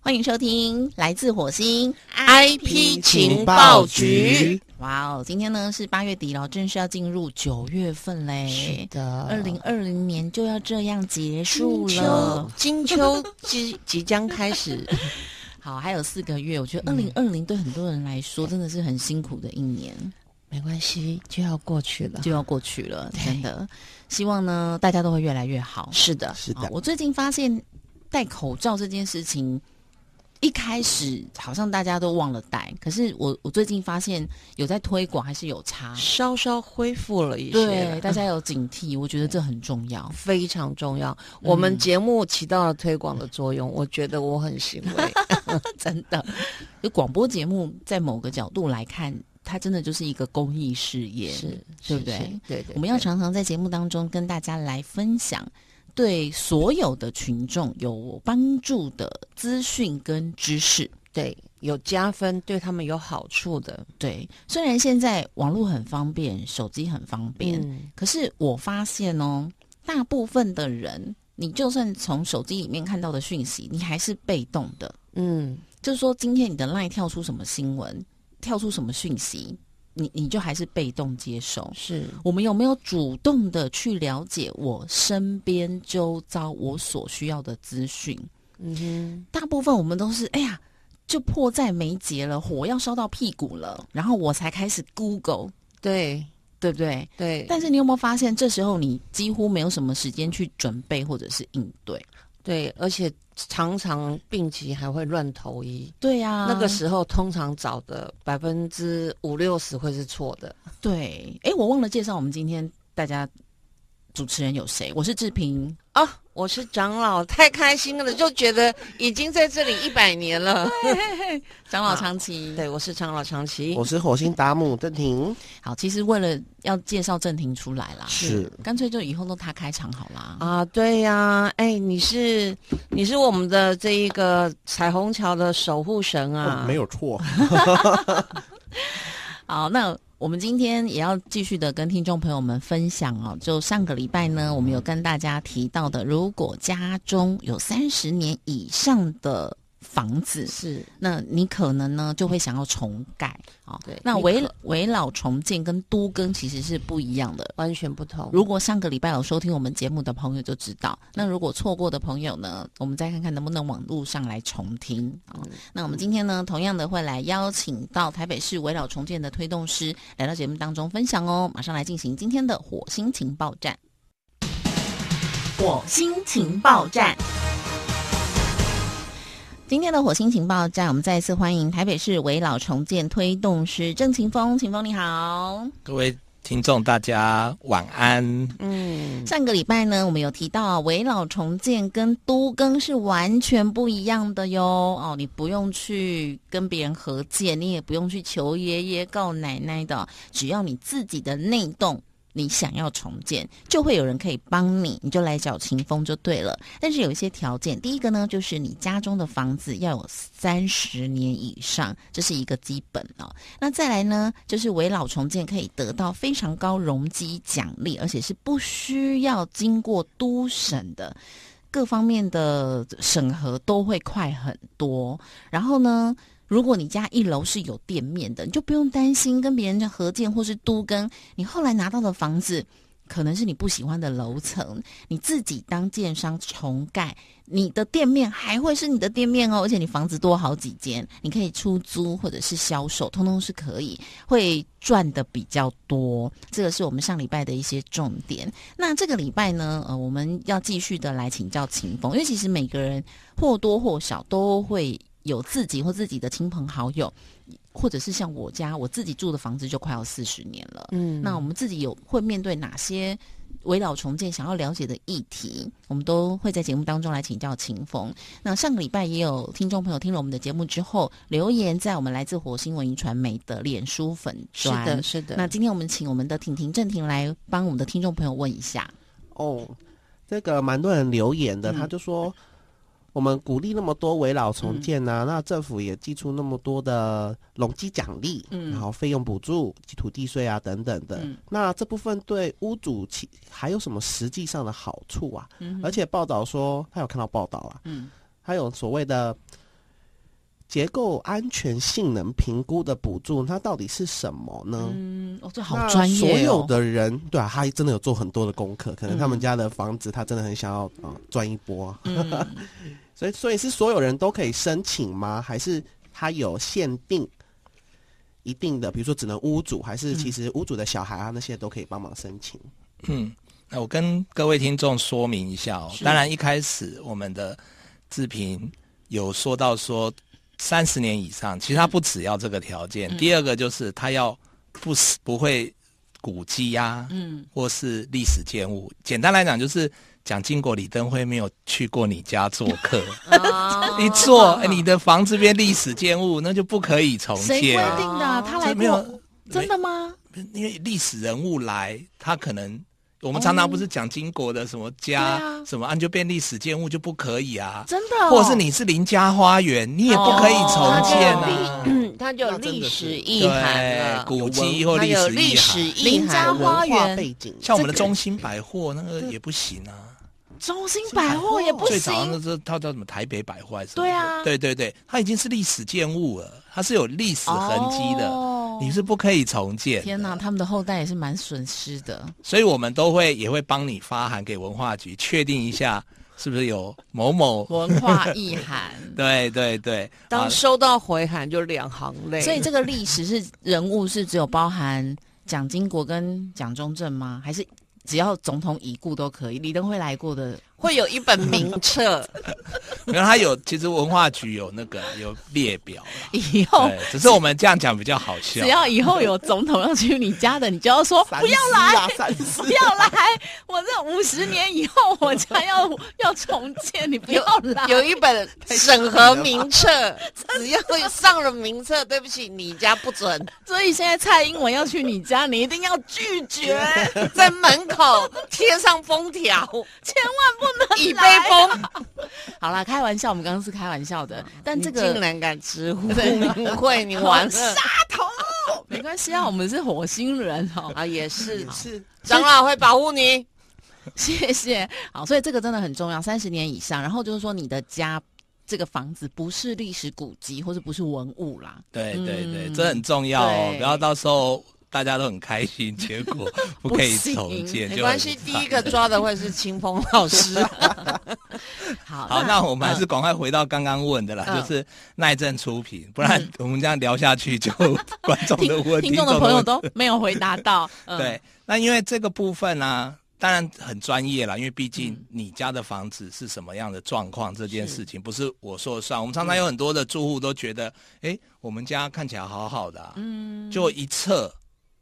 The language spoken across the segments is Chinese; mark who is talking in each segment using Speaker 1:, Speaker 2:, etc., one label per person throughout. Speaker 1: 欢迎收听来自火星
Speaker 2: IP 情报局。
Speaker 1: 哇哦，今天呢是八月底了，正式要进入九月份
Speaker 2: 是
Speaker 1: 嘞。
Speaker 2: 的，嗯
Speaker 1: 二零二零年就要这样结束
Speaker 2: 金秋
Speaker 1: 了，，
Speaker 2: 金秋即即将开始，
Speaker 1: 好，还有四个月。我觉
Speaker 2: 嗯
Speaker 1: 得二零二零对很多人来说真的是很辛苦的一年，
Speaker 2: 没关系，就要过去了。
Speaker 1: 就要过去了，
Speaker 2: 啊对
Speaker 1: 真的。希望呢大家都会越来越好。
Speaker 2: 是的，
Speaker 3: 是
Speaker 1: 啊
Speaker 3: 的，
Speaker 1: 我最近发现戴口罩这件事情，一开始好像大家都忘了戴，可是我我最近发现有在推广，还是有差。
Speaker 2: 稍稍恢复了一些了，
Speaker 1: 对，大家有警 惕，我觉得这很重要。
Speaker 2: 非常重要。我们节目起到了推广的作用，我觉得我很欣慰。
Speaker 1: 真的，就广播节目在某个角度来看，它真的就是一个公益事业，对不对？
Speaker 2: 是？是对对，
Speaker 1: 我们要
Speaker 2: 对
Speaker 1: 常常在节目当中跟大家来分享对所有的群众有帮助的资讯跟知识。
Speaker 2: 对有加分，对他们有好处的。
Speaker 1: 对，虽然现在网络很方便，手机很方便，
Speaker 2: 嗯，
Speaker 1: 可是我发现哦，大部分的人，你就算从手机里面看到的讯息，你还是被动的。
Speaker 2: 嗯，
Speaker 1: 就是说，今天你的 LINE 跳出什么新闻，跳出什么讯息，你你就还是被动接收。
Speaker 2: 是
Speaker 1: 我们有没有主动的去了解我身边周遭我所需要的资讯？
Speaker 2: 嗯哼，
Speaker 1: 大部分我们都是哎呀，就迫在眉睫了，火要烧到屁股了，然后我才开始 Google，
Speaker 2: 对
Speaker 1: 对不对？
Speaker 2: 对，
Speaker 1: 但是你有没有发现，这时候你几乎没有什么时间去准备或者是应对？
Speaker 2: 对，而且常常病急还会乱投医。
Speaker 1: 对呀、
Speaker 2: 那个时候通常找的百分之五六十会是错的。
Speaker 1: 对。哎，我忘了介绍我们今天大家主持人有谁？我是志平，
Speaker 2: 啊，我是长老，太开心了，就觉得已经在这里一百年了。
Speaker 1: 长老长期。
Speaker 2: 对，我是长老长崎
Speaker 3: 我，是火星达姆邓婷，
Speaker 1: 好，其实为了要介绍郑婷出来啦，
Speaker 3: 是
Speaker 1: 干脆就以后都他开场好啦。
Speaker 2: 啊，对呀、哎，你是你是我们的这一个彩虹桥的守护神啊，
Speaker 3: 哦没有错，
Speaker 1: 好，那我们今天也要继续的跟听众朋友们分享哦。就上个礼拜呢，我们有跟大家提到的，如果家中有三十年以上的房子，
Speaker 2: 是
Speaker 1: 那你可能呢就会想要重盖哦。
Speaker 2: 对
Speaker 1: 那
Speaker 2: 你
Speaker 1: 围
Speaker 2: 可
Speaker 1: 围老重建跟都更其实是不一样的。
Speaker 2: 完全不同。
Speaker 1: 如果上个礼拜有收听我们节目的朋友就知道，那如果错过的朋友呢，我们再看看能不能网络上来重听啊、哦。那我们今天呢，同样的会来邀请到台北市围绕重建的推动师来到节目当中分享哦。马上来进行今天的火星情报站。火星情报站。今天的火星情报站，我们再一次欢迎台北市围老重建推动师郑晴峰，晴峰你好。
Speaker 4: 各位听众，大家晚安。
Speaker 2: 嗯，
Speaker 1: 上个礼拜呢，我们有提到围老重建跟都更是完全不一样的哟。哦，你不用去跟别人合建，你也不用去求爷爷告奶奶的，只要你自己的内洞。你想要重建，就会有人可以帮你，你就来找秦风就对了。但是有一些条件，第一个呢，就是你家中的房子要有三十年以上，这是一个基本哦。那再来呢，就是围老重建可以得到非常高容积奖励，而且是不需要经过都审的。各方面的审核都会快很多。然后呢，如果你家一楼是有店面的，你就不用担心跟别人的合建或是都跟，你后来拿到的房子可能是你不喜欢的楼层，你自己当建商重盖，你的店面还会是你的店面哦，而且你房子多好几间，你可以出租或者是销售，通通是可以，会赚的比较多。这个是我们上礼拜的一些重点。那这个礼拜呢，呃，我们要继续的来请教秦风，因为其实每个人或多或少都会有自己或自己的亲朋好友，或者是像我家我自己住的房子就快要四十年了，
Speaker 2: 嗯
Speaker 1: 那我们自己有会面对哪些围绕重建想要了解的议题，我们都会在节目当中来请教秦风。那上个礼拜也有听众朋友听了我们的节目之后，留言在我们来自火星文娱传媒的脸书粉
Speaker 2: 是
Speaker 1: 专。
Speaker 2: 的，是的，
Speaker 1: 那今天我们请我们的婷婷郑婷来帮我们的听众朋友问一下，
Speaker 3: 哦，这个蛮多人留言的，
Speaker 1: 嗯
Speaker 3: 他就说我们鼓励那么多围绕重建
Speaker 1: 嗯
Speaker 3: 呐、那政府也寄出那么多的容积奖励，
Speaker 1: 嗯
Speaker 3: 然后费用补助、土地税啊等等的，
Speaker 1: 嗯
Speaker 3: 那这部分对屋主其还有什么实际上的好处啊？
Speaker 1: 嗯
Speaker 3: 而且报道说，他有看到报道啊，
Speaker 1: 嗯，
Speaker 3: 还有所谓的结构安全性能评估的补助，它到底是什么呢？
Speaker 1: 嗯，哦，这好
Speaker 3: 那
Speaker 1: 专业、哦，
Speaker 3: 所有的人，对啊，他真的有做很多的功课，可能他们家的房子，他真的很想要啊、呃赚一波。
Speaker 1: 嗯，
Speaker 3: 所以，所以是所有人都可以申请吗？还是它有限定一定的，比如说只能屋主，还是
Speaker 1: 嗯
Speaker 3: 其实屋主的小孩啊那些都可以帮忙申请？
Speaker 4: 嗯，那我跟各位听众说明一下哦。
Speaker 1: 是
Speaker 4: 当然，一开始我们的志平有说到说三十年以上，其实他不只要这个条件，
Speaker 1: 嗯
Speaker 4: 第二个就是他要不死不会古迹呀、
Speaker 1: 嗯，
Speaker 4: 或是历史建物。简单来讲，就是蒋经国、李登辉没有去过你家做 客，
Speaker 2: 嗯
Speaker 1: 啊
Speaker 4: 一做、哎你的房子变历史建物，那就不可以重
Speaker 1: 谁
Speaker 4: 建
Speaker 1: 规。定的啊？他来
Speaker 4: 这没有
Speaker 1: 过，真的吗？
Speaker 4: 因为历史人物来，他可能我们常常不是讲金国的什么家、
Speaker 1: 对啊
Speaker 4: 什么案就变历史建物就不可以啊，
Speaker 1: 真的、哦，
Speaker 4: 或者是你是林家花园，你也不可以重建
Speaker 1: 哦
Speaker 4: 啊。
Speaker 2: 嗯，它就有
Speaker 3: 那真
Speaker 2: 历
Speaker 3: 的是
Speaker 2: 史意涵了
Speaker 4: 对，古迹
Speaker 2: 有
Speaker 4: 或
Speaker 2: 文它
Speaker 4: 历史意涵
Speaker 2: 有历史意
Speaker 1: 林家
Speaker 2: 涵
Speaker 3: 文
Speaker 1: 花
Speaker 2: 了。
Speaker 3: 化
Speaker 1: 园
Speaker 3: 背景，
Speaker 4: 像我们的中心百货那个也不行啊，
Speaker 1: 中心百货也不
Speaker 4: 最早那
Speaker 1: 行，
Speaker 4: 是它叫什么台北百货还是什么
Speaker 1: 对啊
Speaker 4: 对对对，它已经是历史建物了，它是有历史痕迹的，
Speaker 1: 哦
Speaker 4: 你是不可以重建的。
Speaker 1: 天哪，他们的后代也是蛮损失的。
Speaker 4: 所以我们都会也会帮你发函给文化局，确定一下是不是有某某。
Speaker 1: 文化意涵。
Speaker 4: 对对对，
Speaker 2: 当
Speaker 4: 啊
Speaker 2: 收到回函就两行泪，
Speaker 1: 所以这个历史是人物是只有包含蒋经国跟蒋中正吗？还是只要总统已故都可以？李登辉来过的
Speaker 2: 会有一本名 册，
Speaker 4: 然后它有，其实文化局有那个有列表啦，
Speaker 1: 以后，
Speaker 4: 对，只是我们这样讲比较好笑
Speaker 1: 哦 只。要以后有总统要去你家的，你就要说
Speaker 3: 三
Speaker 1: 不要
Speaker 3: 思
Speaker 1: 来。
Speaker 3: 啊，三思
Speaker 1: 不要来！我这五十年以后，我家要要重建，你不要来。
Speaker 2: 有一本审核名 册，只要上了名册，对不起，你家不准，
Speaker 1: 所以现在蔡英文要去你家，你一定要拒 绝，
Speaker 2: 在门口贴上封条，
Speaker 1: 千万不能
Speaker 2: 已被
Speaker 1: 来啊
Speaker 2: 封。
Speaker 1: 好啦，开玩笑，我们刚刚是开玩笑的，但这
Speaker 2: 你
Speaker 1: 个
Speaker 2: 竟然敢直呼名讳， 你完了
Speaker 1: 没关系啊，我们是火星人 哦。
Speaker 2: 啊！也是，
Speaker 3: 是
Speaker 2: 长老会保护你。
Speaker 1: 谢谢。好，所以这个真的很重要，三十年以上。然后就是说，你的家这个房子不是历史古迹，或者不是文物啦。
Speaker 4: 对对对，
Speaker 1: 嗯
Speaker 4: 这很重要哦，
Speaker 1: 对
Speaker 4: 不要到时候大家都很开心，结 果不可以重建，就
Speaker 2: 没关系，
Speaker 4: 很
Speaker 2: 第
Speaker 4: 惨
Speaker 2: 一个。抓的会是清风 老师。
Speaker 1: 好，
Speaker 4: 好，那我们还
Speaker 1: 嗯
Speaker 4: 是赶快回到刚刚问的啦，
Speaker 2: 嗯
Speaker 4: 就是耐震出品，不然我们这样聊下去就 观众的
Speaker 1: 听
Speaker 4: 问
Speaker 1: 嗯听众的朋
Speaker 4: 问
Speaker 1: 友都没有回答 到。嗯、
Speaker 4: 对，那因为这个部分呢、当然很专业啦，因为毕
Speaker 1: 嗯
Speaker 4: 竟你家的房子是什么样的状况，这件事情不是我说了算。我们常常有很多的住户都觉得，哎、我们家看起来好好的、啊，
Speaker 1: 嗯，
Speaker 4: 就一测，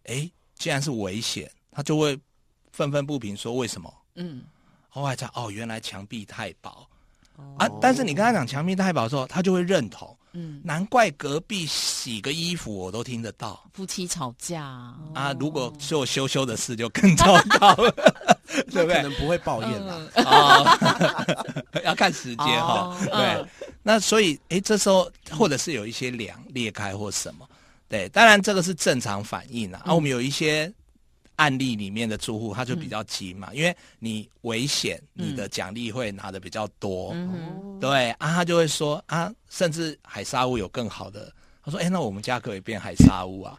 Speaker 4: 哎，竟然是危险，他就会愤愤不平，说为什么？
Speaker 1: 嗯，
Speaker 4: 后来才哦，原来墙壁太薄、
Speaker 1: 哦
Speaker 4: 啊！但是你跟他讲墙壁太薄的时候，他就会认同，
Speaker 1: 嗯，
Speaker 4: 难怪隔壁洗个衣服我都听得到。
Speaker 1: 夫妻吵架啊，
Speaker 4: 啊，如果做羞羞的事就更糟糕了，
Speaker 3: 可
Speaker 4: 对不对？
Speaker 3: 能不会抱怨啦。
Speaker 1: 嗯
Speaker 4: 啊， 要看时间
Speaker 1: 哦。
Speaker 4: 哈
Speaker 1: 嗯
Speaker 4: 对，那所以诶，这时候或者是有一些梁裂开或什么，对，当然这个是正常反应
Speaker 1: 嗯
Speaker 4: 啊。啊，我们有一些案例里面的住户他就比较急嘛，因为你危险，你的奖励会拿的比较多，
Speaker 1: 嗯
Speaker 4: 对啊，他就会说啊，甚至海沙屋有更好的。他说：“诶，那我们家可不可以变海沙屋啊？”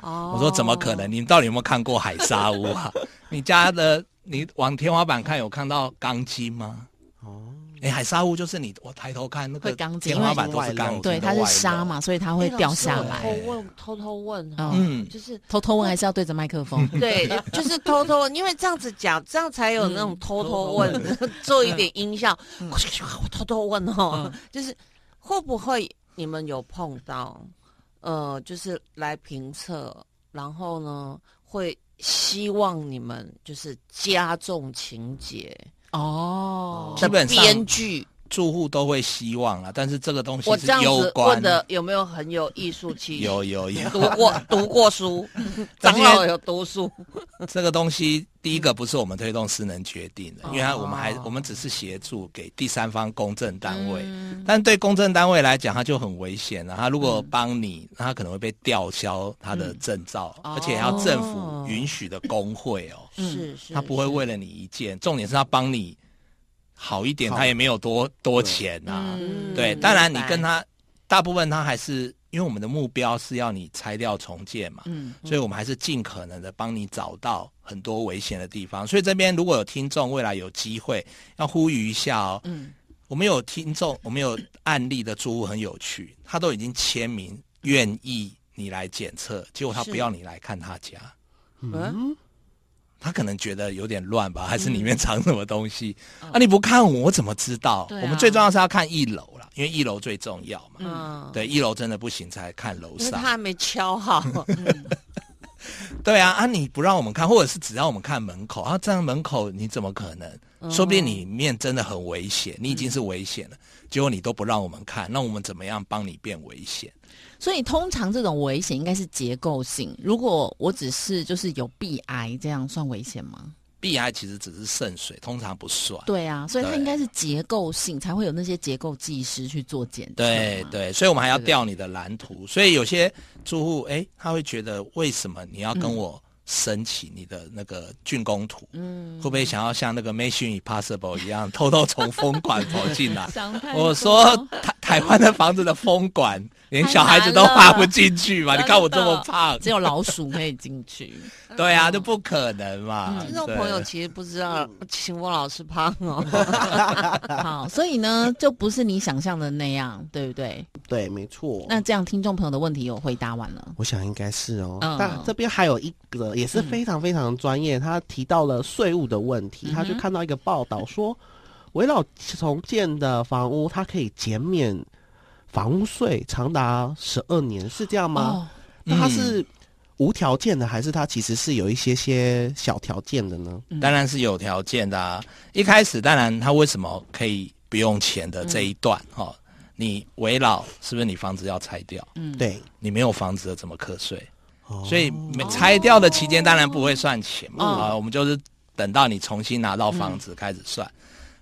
Speaker 2: 哦
Speaker 4: 我说怎么可能？你们到底有没有看过海沙屋啊？你家的你往天花板看有看到钢筋吗？
Speaker 3: 哦，
Speaker 4: 哎，海沙屋就是你我抬头看那个
Speaker 1: 会钢筋
Speaker 4: 天花板都是钢
Speaker 3: 因为
Speaker 4: 筋，
Speaker 1: 对，它是沙。嘛，所以它会掉下
Speaker 2: 哎
Speaker 1: 来。
Speaker 2: 老师我偷问，偷偷问哈，
Speaker 4: 嗯
Speaker 2: 就是。
Speaker 1: 偷偷问还是要对着麦克风
Speaker 2: 对，就是偷偷问，因为这样子讲，这样才有那
Speaker 4: 嗯
Speaker 2: 种偷偷问， 做一点音效。 我偷偷问哦，
Speaker 4: 嗯
Speaker 2: 就是会不会你们有碰到，呃，就是来评测，然后呢会。希望你们就是加重情节
Speaker 1: 哦，
Speaker 4: 基
Speaker 2: 的
Speaker 4: 本上
Speaker 2: 编剧，
Speaker 4: 住户都会希望啊，但是这个东西
Speaker 2: 我
Speaker 4: 是
Speaker 2: 这样
Speaker 4: 攸
Speaker 2: 子
Speaker 4: 关
Speaker 2: 问的有没有很有艺术气息？
Speaker 4: 有有 有，
Speaker 2: 读过读过 书，
Speaker 4: 但
Speaker 2: 长
Speaker 4: 是
Speaker 2: 老有读书，
Speaker 4: 这个东西第一个不是我们推动师能决定的，因为它我们还
Speaker 1: 哦
Speaker 4: 我们只是协助给第三方公证单位，
Speaker 1: 嗯
Speaker 4: 但对公证单位来讲，它就很危险了、他如果帮你，他可能会被吊销他的证照，
Speaker 1: 嗯
Speaker 4: 而且还要政府允许的工会哦，
Speaker 1: 嗯
Speaker 2: 是是，
Speaker 4: 他不会为了你一件，重点是他帮你好一点，
Speaker 3: 好
Speaker 4: 他也没有多多钱呐、啊
Speaker 1: 嗯
Speaker 4: 对，
Speaker 2: 嗯
Speaker 4: 当然你
Speaker 2: 明白
Speaker 4: 跟他大部分它还是因为我们的目标是要你拆掉重建嘛，
Speaker 1: 嗯，
Speaker 4: 所以我们还是尽可能的帮你找到很多危险的地方。所以这边如果有听众未来有机会，要呼吁一下哦，
Speaker 1: 嗯，
Speaker 4: 我们有听众，我们有案例的住户很有趣，他都已经签名愿意你来检测，结果他
Speaker 2: 是
Speaker 4: 不要你来看他家。
Speaker 1: 啊
Speaker 2: 嗯，
Speaker 4: 他可能觉得有点乱吧，还
Speaker 1: 嗯
Speaker 4: 是里面藏什么东西？啊，你不看我，我怎么知道？
Speaker 1: 哦对啊
Speaker 4: 我们最重要是要看一楼啦，因为一楼最重要嘛。
Speaker 2: 嗯，
Speaker 4: 对，一楼真的不行才看楼
Speaker 2: 因为他
Speaker 4: 上。
Speaker 2: 还没敲好，
Speaker 4: 对啊，啊，你不让我们看，或者是只让我们看门口啊，站在门口你怎么可能？
Speaker 2: 哦
Speaker 4: 说不定里面真的很危险，
Speaker 2: 嗯
Speaker 4: 你已经是危险了，结果你都不让我们看，那我们怎么样帮你变危险？
Speaker 1: 所以通常这种危险应该是结构性。如果我只是就是有鼻癌，这样算危险吗？
Speaker 4: 壁癌其实只是渗水，通常不算。
Speaker 1: 对啊，所以它
Speaker 4: 对
Speaker 1: 应该是结构性，才会有那些结构技师去做检测嘛。
Speaker 4: 对对，所以我们还要
Speaker 1: 对？
Speaker 4: 调你啊的蓝图。所以有些住户，哎，他会觉得为什么你要跟我申请你的那个竣工图？嗯，会不会想要像那个 Mission Impossible 一样，偷偷从风管跑进来
Speaker 1: 想太多
Speaker 4: 我说 台台湾的房子的风管，连小孩子都爬不进去嘛？
Speaker 1: 太难了
Speaker 4: 你看我这么胖，
Speaker 1: 只有老鼠可以进去。
Speaker 4: 对啊，就不可能嘛。
Speaker 2: 听众
Speaker 4: 嗯对
Speaker 2: 朋友其实不知道秦风老师胖哦，
Speaker 1: 好，所以呢，就不是你想象的那样，对不对？
Speaker 3: 对，没错。
Speaker 1: 那这样，听众朋友的问题有回答完了。
Speaker 3: 我想应该是哦。
Speaker 1: 嗯
Speaker 3: 但这边还有一个也是非常非常专业，他提到了税务的问题，他就看到一个报道说，围绕重建的房屋，它可以减免房屋税长达十二年，是这样吗？
Speaker 1: 哦，
Speaker 3: 那它是无条件的，还是它其实是有一些些小条件的呢？
Speaker 4: 当然是有条件的、啊。一开始，当然他为什么可以不用钱的这一段哦，你围绕是不是你房子要拆掉？
Speaker 3: 对，
Speaker 4: 你没有房子的怎么课税？
Speaker 3: 哦
Speaker 4: 所以没拆掉的期间当然不会算钱嘛，啊、我们就是等到你重新拿到房子开始算。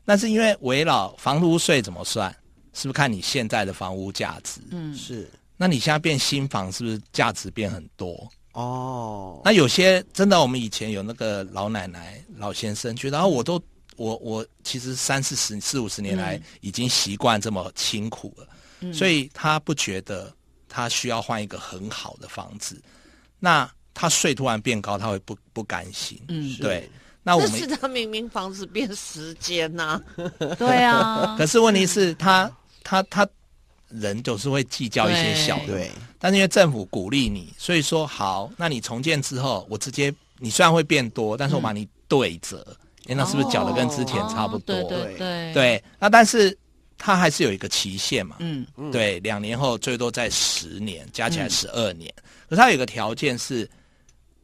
Speaker 4: 那是因为围绕房屋税怎么算？是不是看你现在的房屋价值？
Speaker 1: 嗯，
Speaker 3: 是
Speaker 4: 那你现在变新房是不是价值变很多？
Speaker 3: 哦，
Speaker 4: 那有些真的，我们以前有那个老奶奶、老先生，觉得啊，我都我我其实三四十、四五十年来已经习惯这么辛苦了，所以他不觉得他需要换一个很好的房子。那他税突然变高，他会不不甘心。
Speaker 1: 嗯
Speaker 3: 是
Speaker 4: 对。那我
Speaker 2: 但
Speaker 4: 们
Speaker 2: 是他明明房子变时间 呐，
Speaker 1: 对啊，
Speaker 4: 可是问题是他他他人总是会计较一些小的，
Speaker 3: 对，
Speaker 4: 但是因为政府鼓励你，所以说好，那你重建之后，我直接你虽然会变多，但是我
Speaker 1: 嗯
Speaker 4: 把你对折，诶那是不是缴的跟之前差不多？
Speaker 1: 哦对对对，
Speaker 4: 对那但是它还是有一个期限嘛，
Speaker 1: 嗯
Speaker 4: 对，两年后最多在十年，加起来十二年。可是它有一个条件是，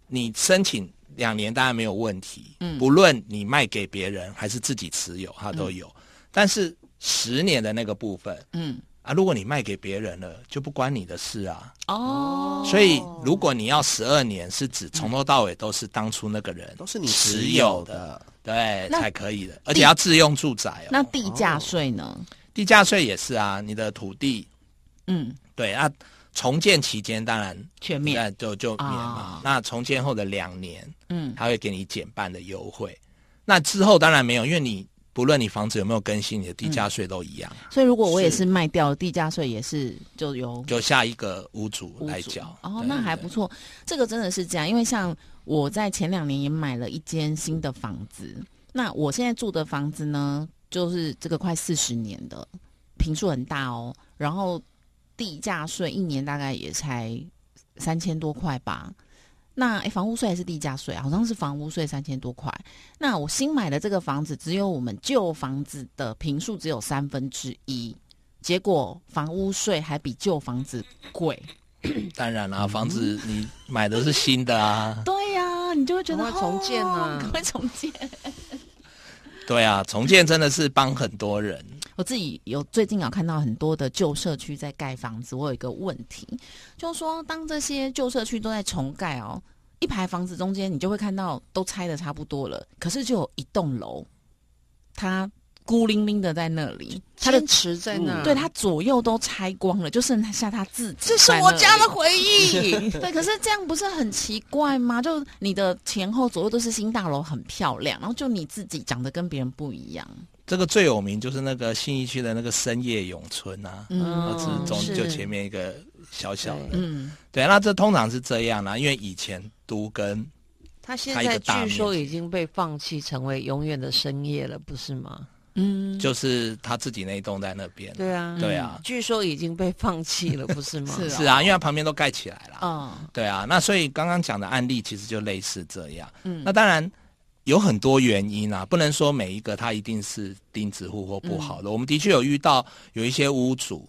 Speaker 4: 你申请两年当然没有问题，
Speaker 1: 嗯
Speaker 4: 不论你卖给别人还是自己持有，它都有。但是十年的那个部分
Speaker 1: 嗯，
Speaker 4: 啊，如果你卖给别人了，就不关你的事啊。
Speaker 1: 哦，
Speaker 4: 所以，如果你要十二年，是指从头到尾都是当初那个人
Speaker 3: 都是你
Speaker 4: 持
Speaker 3: 持
Speaker 4: 有
Speaker 3: 有
Speaker 4: 的，
Speaker 3: 的，
Speaker 4: 对，
Speaker 1: 那
Speaker 4: 才可以的，而且要自用住宅
Speaker 1: 那
Speaker 4: 哦。
Speaker 1: 地价税呢？
Speaker 4: 地价税也是啊，你的土地，
Speaker 1: 嗯，
Speaker 4: 对，那重建期间当然
Speaker 1: 全面，
Speaker 4: 那就就免嘛
Speaker 1: 啊。
Speaker 4: 那重建后的两年，
Speaker 1: 嗯
Speaker 4: 他会给你减半的优惠。那之后当然没有，因为你不论你房子有没有更新，你的地价税都一样，
Speaker 1: 所以如果我也是卖掉，地价税也是就由
Speaker 4: 就下一个屋主
Speaker 1: 屋
Speaker 4: 来
Speaker 1: 主
Speaker 4: 缴。
Speaker 1: 哦，
Speaker 4: 对
Speaker 1: 那还
Speaker 4: 对
Speaker 1: 不错，这个真的是这样，因为像我在前两年也买了一间新的房子，那我现在住的房子呢，就是这个快四十年的，平数很大哦，然后地价税一年大概也才三千多块吧。那诶房屋税还是地价税啊？好像是房屋税三千多块。那我新买的这个房子，只有我们旧房子的平数只有三分之一，结果房屋税还比旧房子贵。
Speaker 4: 当然
Speaker 1: 嗯
Speaker 4: 啦、房子你买的是新的啊。
Speaker 1: 对呀、你就会觉得
Speaker 2: 赶快重建
Speaker 1: 哦
Speaker 2: 啊
Speaker 1: 赶快重 建。
Speaker 4: 对啊，重建真的是帮很多人。
Speaker 1: 我自己有最近有看到很多的旧社区在盖房子，我有一个问题，就是说当这些旧社区都在重盖哦，一排房子中间你就会看到都拆的差不多了，可是就有一栋楼，它孤零零的在那里，它的
Speaker 2: 坚持 在那儿，
Speaker 1: 对它左右都拆光了，就剩下它自己。
Speaker 2: 这是我家的。回忆。
Speaker 1: 对，可是这样不是很奇怪吗？就你的前后左右都是新大楼，很漂亮，然后就你自己长得跟别人不一样。
Speaker 4: 这个最有名就是那个信义区的那个深夜永春啊，
Speaker 1: 嗯
Speaker 2: 哦
Speaker 4: 那是中
Speaker 1: 是
Speaker 4: 就前面一个小小的，
Speaker 1: 嗯，
Speaker 4: 对，那这通常是这样啦、因为以前都跟
Speaker 1: 嗯
Speaker 2: 他现
Speaker 4: 开一
Speaker 2: 在
Speaker 4: 个大
Speaker 2: 据
Speaker 4: 面
Speaker 2: 说
Speaker 4: 积
Speaker 2: 已经被放弃，成为永远的深夜了，不是吗？
Speaker 1: 嗯，
Speaker 4: 就是他自己那一栋在那边，
Speaker 2: 对啊，
Speaker 4: 对啊，
Speaker 2: 据说已经被放弃了，不是吗？
Speaker 1: 嗯是
Speaker 4: 是啊，因为它旁边都盖起来了，
Speaker 1: 嗯
Speaker 4: 对啊，那所以刚刚讲的案例其实就类似这样。
Speaker 1: 嗯
Speaker 4: 那当然有很多原因啊，不能说每一个它一定是钉子户或不好的。
Speaker 1: 嗯
Speaker 4: 我们的确有遇到有一些屋主，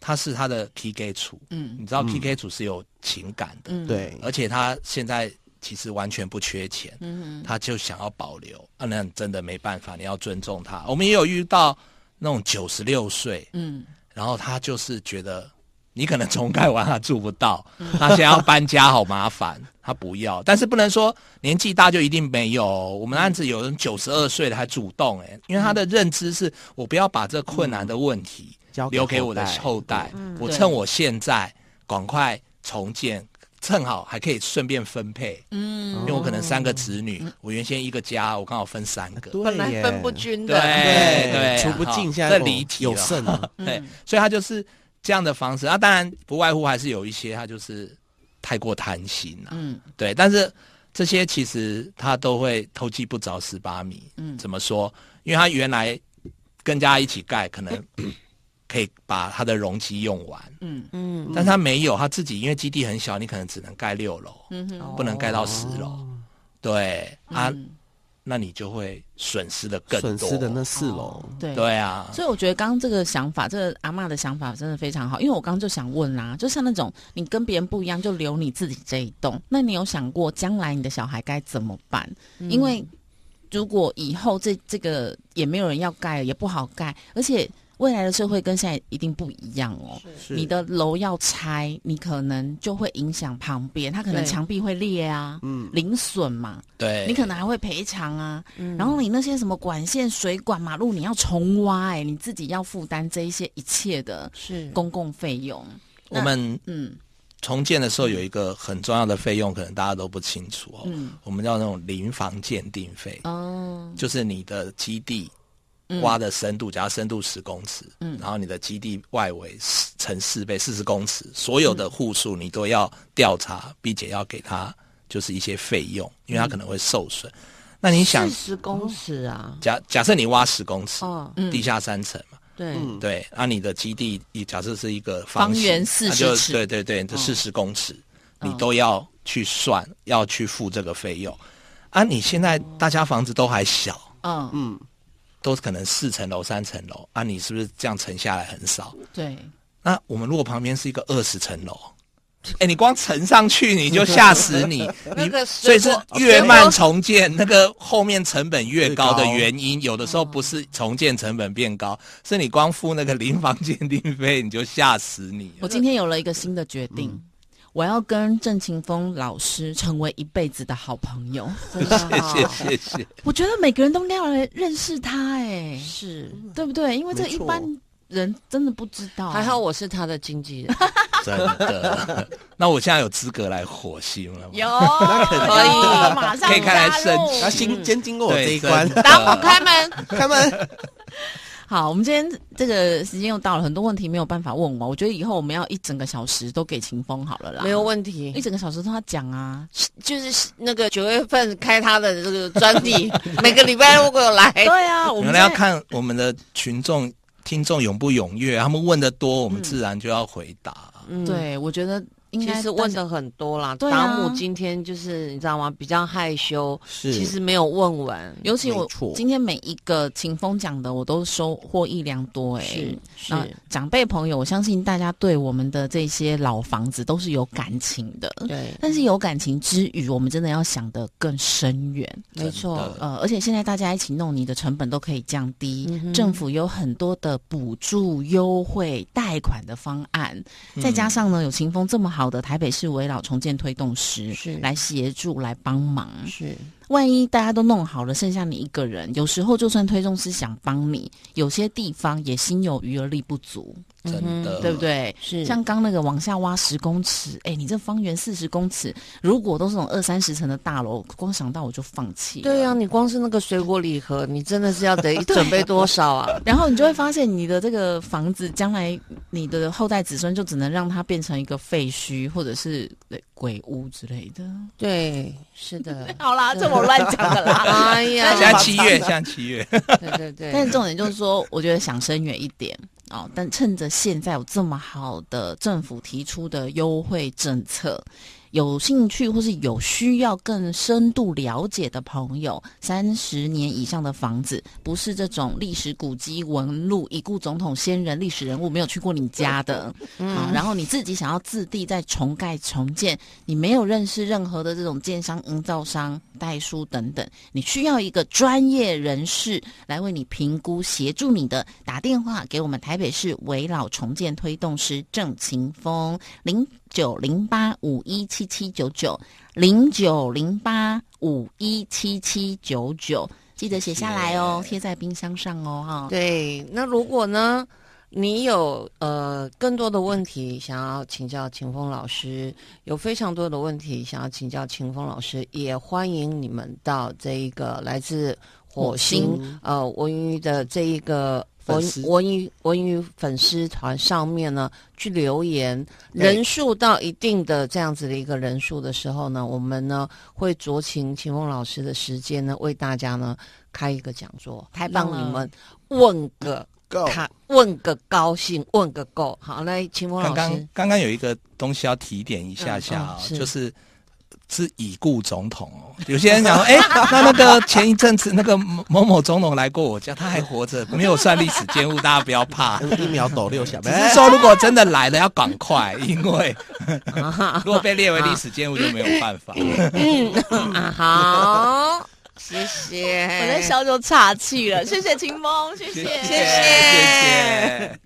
Speaker 4: 他是他的 PK 主，
Speaker 1: 嗯
Speaker 4: 你知道 PK 主是有情感的，
Speaker 1: 嗯，
Speaker 3: 对，
Speaker 4: 而且他现在其实完全不缺钱，
Speaker 1: 嗯
Speaker 4: 他就想要保留，啊，那真的没办法，你要尊重他。我们也有遇到那种九十六岁，
Speaker 1: 嗯
Speaker 4: 然后他就是觉得你可能重盖完他住不到，他现在要搬家好麻烦， 他不要。但是不能说年纪大就一定没有哦。我们案子有人九十二岁的还主动哎、因为他的认知是我不要把这困难的问题
Speaker 3: 交
Speaker 4: 留给我的
Speaker 3: 后
Speaker 4: 后代，我
Speaker 1: 对
Speaker 4: 趁我现在赶快重建，趁好还可以顺便分配。
Speaker 1: 嗯
Speaker 4: 因为我可能三个子女，我原先一个家，我刚好分三个。
Speaker 3: 对
Speaker 2: 本来
Speaker 3: 耶
Speaker 2: 分不均的，
Speaker 4: 对哎对，啊
Speaker 3: 除不
Speaker 4: 好
Speaker 3: 尽，现
Speaker 4: 这
Speaker 3: 在
Speaker 4: 离
Speaker 3: 有
Speaker 4: 题
Speaker 3: 有
Speaker 4: 了
Speaker 3: 剩啊，
Speaker 4: 对
Speaker 1: 嗯，
Speaker 4: 所以他就是这样的方式。那、啊当然不外乎还是有一些他就是太过贪心了、
Speaker 1: 嗯
Speaker 4: 对。但是这些其实他都会偷鸡不着蚀把米。
Speaker 1: 嗯
Speaker 4: 怎么说？因为他原来跟家一起盖，可能可以把他的容积用完，
Speaker 1: 嗯
Speaker 2: 嗯，
Speaker 4: 但是他没有，他自己因为基地很小，你可能只能盖六楼，
Speaker 1: 嗯哼
Speaker 2: 哦
Speaker 4: 不能盖到十楼。
Speaker 3: 哦
Speaker 4: 对啊、
Speaker 1: 嗯
Speaker 4: 那你就会损失的更多。
Speaker 3: 损失的那四楼
Speaker 1: 哦，对
Speaker 4: 对啊，
Speaker 1: 所以我觉得刚刚这个想法，这个阿嬷的想法真的非常好，因为我刚刚就想问啦、就像那种你跟别人不一样，就留你自己这一栋，那你有想过将来你的小孩该怎么办？
Speaker 2: 嗯
Speaker 1: 因为如果以后这这个也没有人要盖了，也不好盖，而且未来的社会跟现在一定不一样哦。
Speaker 3: 是
Speaker 1: 你的楼要拆，你可能就会影响旁边，它可能
Speaker 2: 对
Speaker 1: 墙壁会裂啊，
Speaker 3: 嗯
Speaker 1: 零损嘛，
Speaker 4: 对，
Speaker 1: 你可能还会赔偿啊。
Speaker 2: 嗯
Speaker 1: 然后你那些什么管线、水管、马路，你要重挖、哎，你自己要负担这一些一切的
Speaker 2: 是
Speaker 1: 公共费用。
Speaker 4: 我们
Speaker 1: 嗯
Speaker 4: 重建的时候有一个很重要的费用，可能大家都不清楚哦。
Speaker 1: 嗯
Speaker 4: 我们叫那种临房鉴定费，
Speaker 1: 哦，
Speaker 4: 就是你的基地
Speaker 1: 嗯
Speaker 4: 挖的深度，假如深度十公尺，
Speaker 1: 嗯
Speaker 4: 然后你的基地外围四乘四倍四十公尺，所有的户数你都要调查，并且要给他就是一些费用，因为
Speaker 1: 嗯
Speaker 4: 他可能会受损。那你想
Speaker 2: 四，十公尺啊，
Speaker 4: 假假设你挖十公尺，
Speaker 2: 哦，
Speaker 1: 嗯
Speaker 4: 地下三层嘛，
Speaker 2: 对，
Speaker 3: 嗯，
Speaker 4: 对，那、你的基地，你假设是一个
Speaker 1: 方
Speaker 4: 形
Speaker 1: 圆40
Speaker 4: 那就
Speaker 1: 尺哦
Speaker 4: 对对对，这四十公尺，
Speaker 1: 嗯
Speaker 4: 你都要去算，要去付这个费用。啊，你现
Speaker 1: 哦
Speaker 4: 在大家房子都还小，
Speaker 1: 嗯，
Speaker 3: 嗯，
Speaker 4: 都可能四层楼、三层楼，啊，你是不是这样乘下来很少？
Speaker 1: 对，
Speaker 3: 嗯
Speaker 4: 那我们如果旁边是一个二十层楼，哎，你光乘上去你就吓死 你，
Speaker 2: 那
Speaker 4: 你
Speaker 2: 个
Speaker 4: 所以是
Speaker 2: 水
Speaker 3: 哦
Speaker 2: 果
Speaker 4: 越慢重建，那个后面成本越高的
Speaker 3: 越高
Speaker 4: 原因，有的时候不是重建成本变高，是你光付那个临房鉴定费你就吓死你 了。
Speaker 1: 我今天有了一个新的决定。我要跟郑晴峰老师成为一辈子的好朋友。
Speaker 2: 真的 好
Speaker 4: 谢谢谢谢，
Speaker 1: 我觉得每个人都要来认识他、哎，
Speaker 2: 是，
Speaker 1: 对不对？因为这个
Speaker 3: 没
Speaker 1: 一
Speaker 3: 错
Speaker 1: 般人真的不知道。
Speaker 2: 还好，我是他的经纪人，
Speaker 4: 真的。那我现在有资格来火星了吗？
Speaker 2: 有
Speaker 1: 可
Speaker 2: 可以，
Speaker 1: 马上
Speaker 4: 可以开来
Speaker 1: 加入
Speaker 4: 申
Speaker 3: 那先先经过我这
Speaker 4: 对
Speaker 3: 一关，
Speaker 4: 真的
Speaker 2: 打开 门，
Speaker 3: 他们
Speaker 1: 好，我们今天这个时间又到了，很多问题没有办法问我。我觉得以后我们要一整个小时都给秦风好了啦，
Speaker 2: 没有问
Speaker 1: 一
Speaker 2: 题，
Speaker 1: 整个小时都他讲啊。
Speaker 2: 就是那个九月份开他的这个专题， 每个礼拜如果哎有来，
Speaker 1: 对啊，我
Speaker 4: 原
Speaker 1: 们
Speaker 4: 来要
Speaker 1: 现在
Speaker 4: 看我们的群众、听众踊不踊跃，他们问的多，我们自然就要回答。
Speaker 2: 嗯。
Speaker 1: 对，我觉得应该
Speaker 2: 其实问的很多啦，
Speaker 1: 对啊
Speaker 2: 达姆今天就是你知道吗？比较害羞，
Speaker 3: 是
Speaker 2: 其实没有问完，
Speaker 1: 尤其我
Speaker 3: 没错
Speaker 1: 今天每一个秦风讲的，我都收获益良多哎、
Speaker 2: 是是
Speaker 1: 那长辈朋友，我相信大家对我们的这些老房子都是有感情的。
Speaker 2: 对，
Speaker 1: 但是有感情之余，我们真的要想得更深远。
Speaker 2: 没错
Speaker 4: 真，的
Speaker 1: 呃，而且现在大家一起弄，你的成本都可以降低。
Speaker 2: 嗯哼
Speaker 1: 政府有很多的补助、优惠、贷款的方案，
Speaker 4: 嗯
Speaker 1: 再加上呢，有秦风这么好的台北市围绕重建推动师
Speaker 2: 是
Speaker 1: 来协助、来帮忙。
Speaker 2: 是
Speaker 1: 万一大家都弄好了，剩下你一个人，有时候就算推动师想帮你，有些地方也心有余而力不足，
Speaker 4: 真的，
Speaker 1: 对不？对？
Speaker 2: 是
Speaker 1: 像刚那个往下挖十公尺，哎，你这方圆四十公尺，如果都是那种二三十层的大楼，光想到我就放弃了。
Speaker 2: 对呀、你光是那个水果礼盒，你真的是要 得准备多少啊？
Speaker 1: 然后你就会发现，你的这个房子将来你的后代子孙就只能让它变成一个废墟，或者是呃鬼屋之类的。。
Speaker 2: 对，是的
Speaker 1: 好啦，这我乱讲的啦。
Speaker 2: 哎呀
Speaker 4: 现，在七月，现在七月，
Speaker 2: 对对对，
Speaker 1: 但是重点就是说，我觉得想深远一点哦。但趁着现在有这么好的政府提出的优惠政策，有兴趣或是有需要更深度了解的朋友，三十年以上的房子，不是这种历史古迹文物、已故总统、先人、历史人物没有去过你家的，啊，然后你自己想要自地再重盖重建，你没有认识任何的这种建商、营造商、代书等等，你需要一个专业人士来为你评估、协助你的，打电话给我们台北市围老重建推动师郑晴峰零九零八五一七七九九零九零八五一七七九九。记得写下来哦，
Speaker 4: 谢
Speaker 1: 贴在冰箱上哦，哈。
Speaker 2: 对，那如果呢，你有呃更多的问题想要请教秦风老师，有非常多的问题想要请教秦风老师，也欢迎你们到这一个来自火星呃文娱的这一个。文
Speaker 3: 粉丝
Speaker 2: 文娱文娱粉丝团上面呢，去留言
Speaker 3: 对
Speaker 2: 人数到一定的这样子的一个人数的时候呢，我们呢会酌情秦风老师的时间呢，为大家呢开一个讲座，
Speaker 1: 太棒
Speaker 2: 让
Speaker 1: 了
Speaker 2: 你们问个
Speaker 3: Go
Speaker 2: 看，问个高兴，问个够。好，来，秦风
Speaker 4: 刚
Speaker 2: 老
Speaker 4: 刚
Speaker 2: 师，
Speaker 4: 刚刚有一个东西要提点一下下啊
Speaker 2: 嗯嗯，是
Speaker 4: 就是是已故总统哦。有些人讲 说，哎，那那个前一阵子那个某某某总统来过我家，他还活 着，没有算历史奸污，大家不要怕。
Speaker 3: 嗯一秒抖六 下，
Speaker 4: 只是说，如果真的来了，要赶快，因为如果被列为历史奸污就没有办 法。
Speaker 2: 啊，好，谢谢。
Speaker 1: 我在小九岔气了，谢谢秦风，谢
Speaker 4: 谢
Speaker 1: 谢
Speaker 4: 谢谢。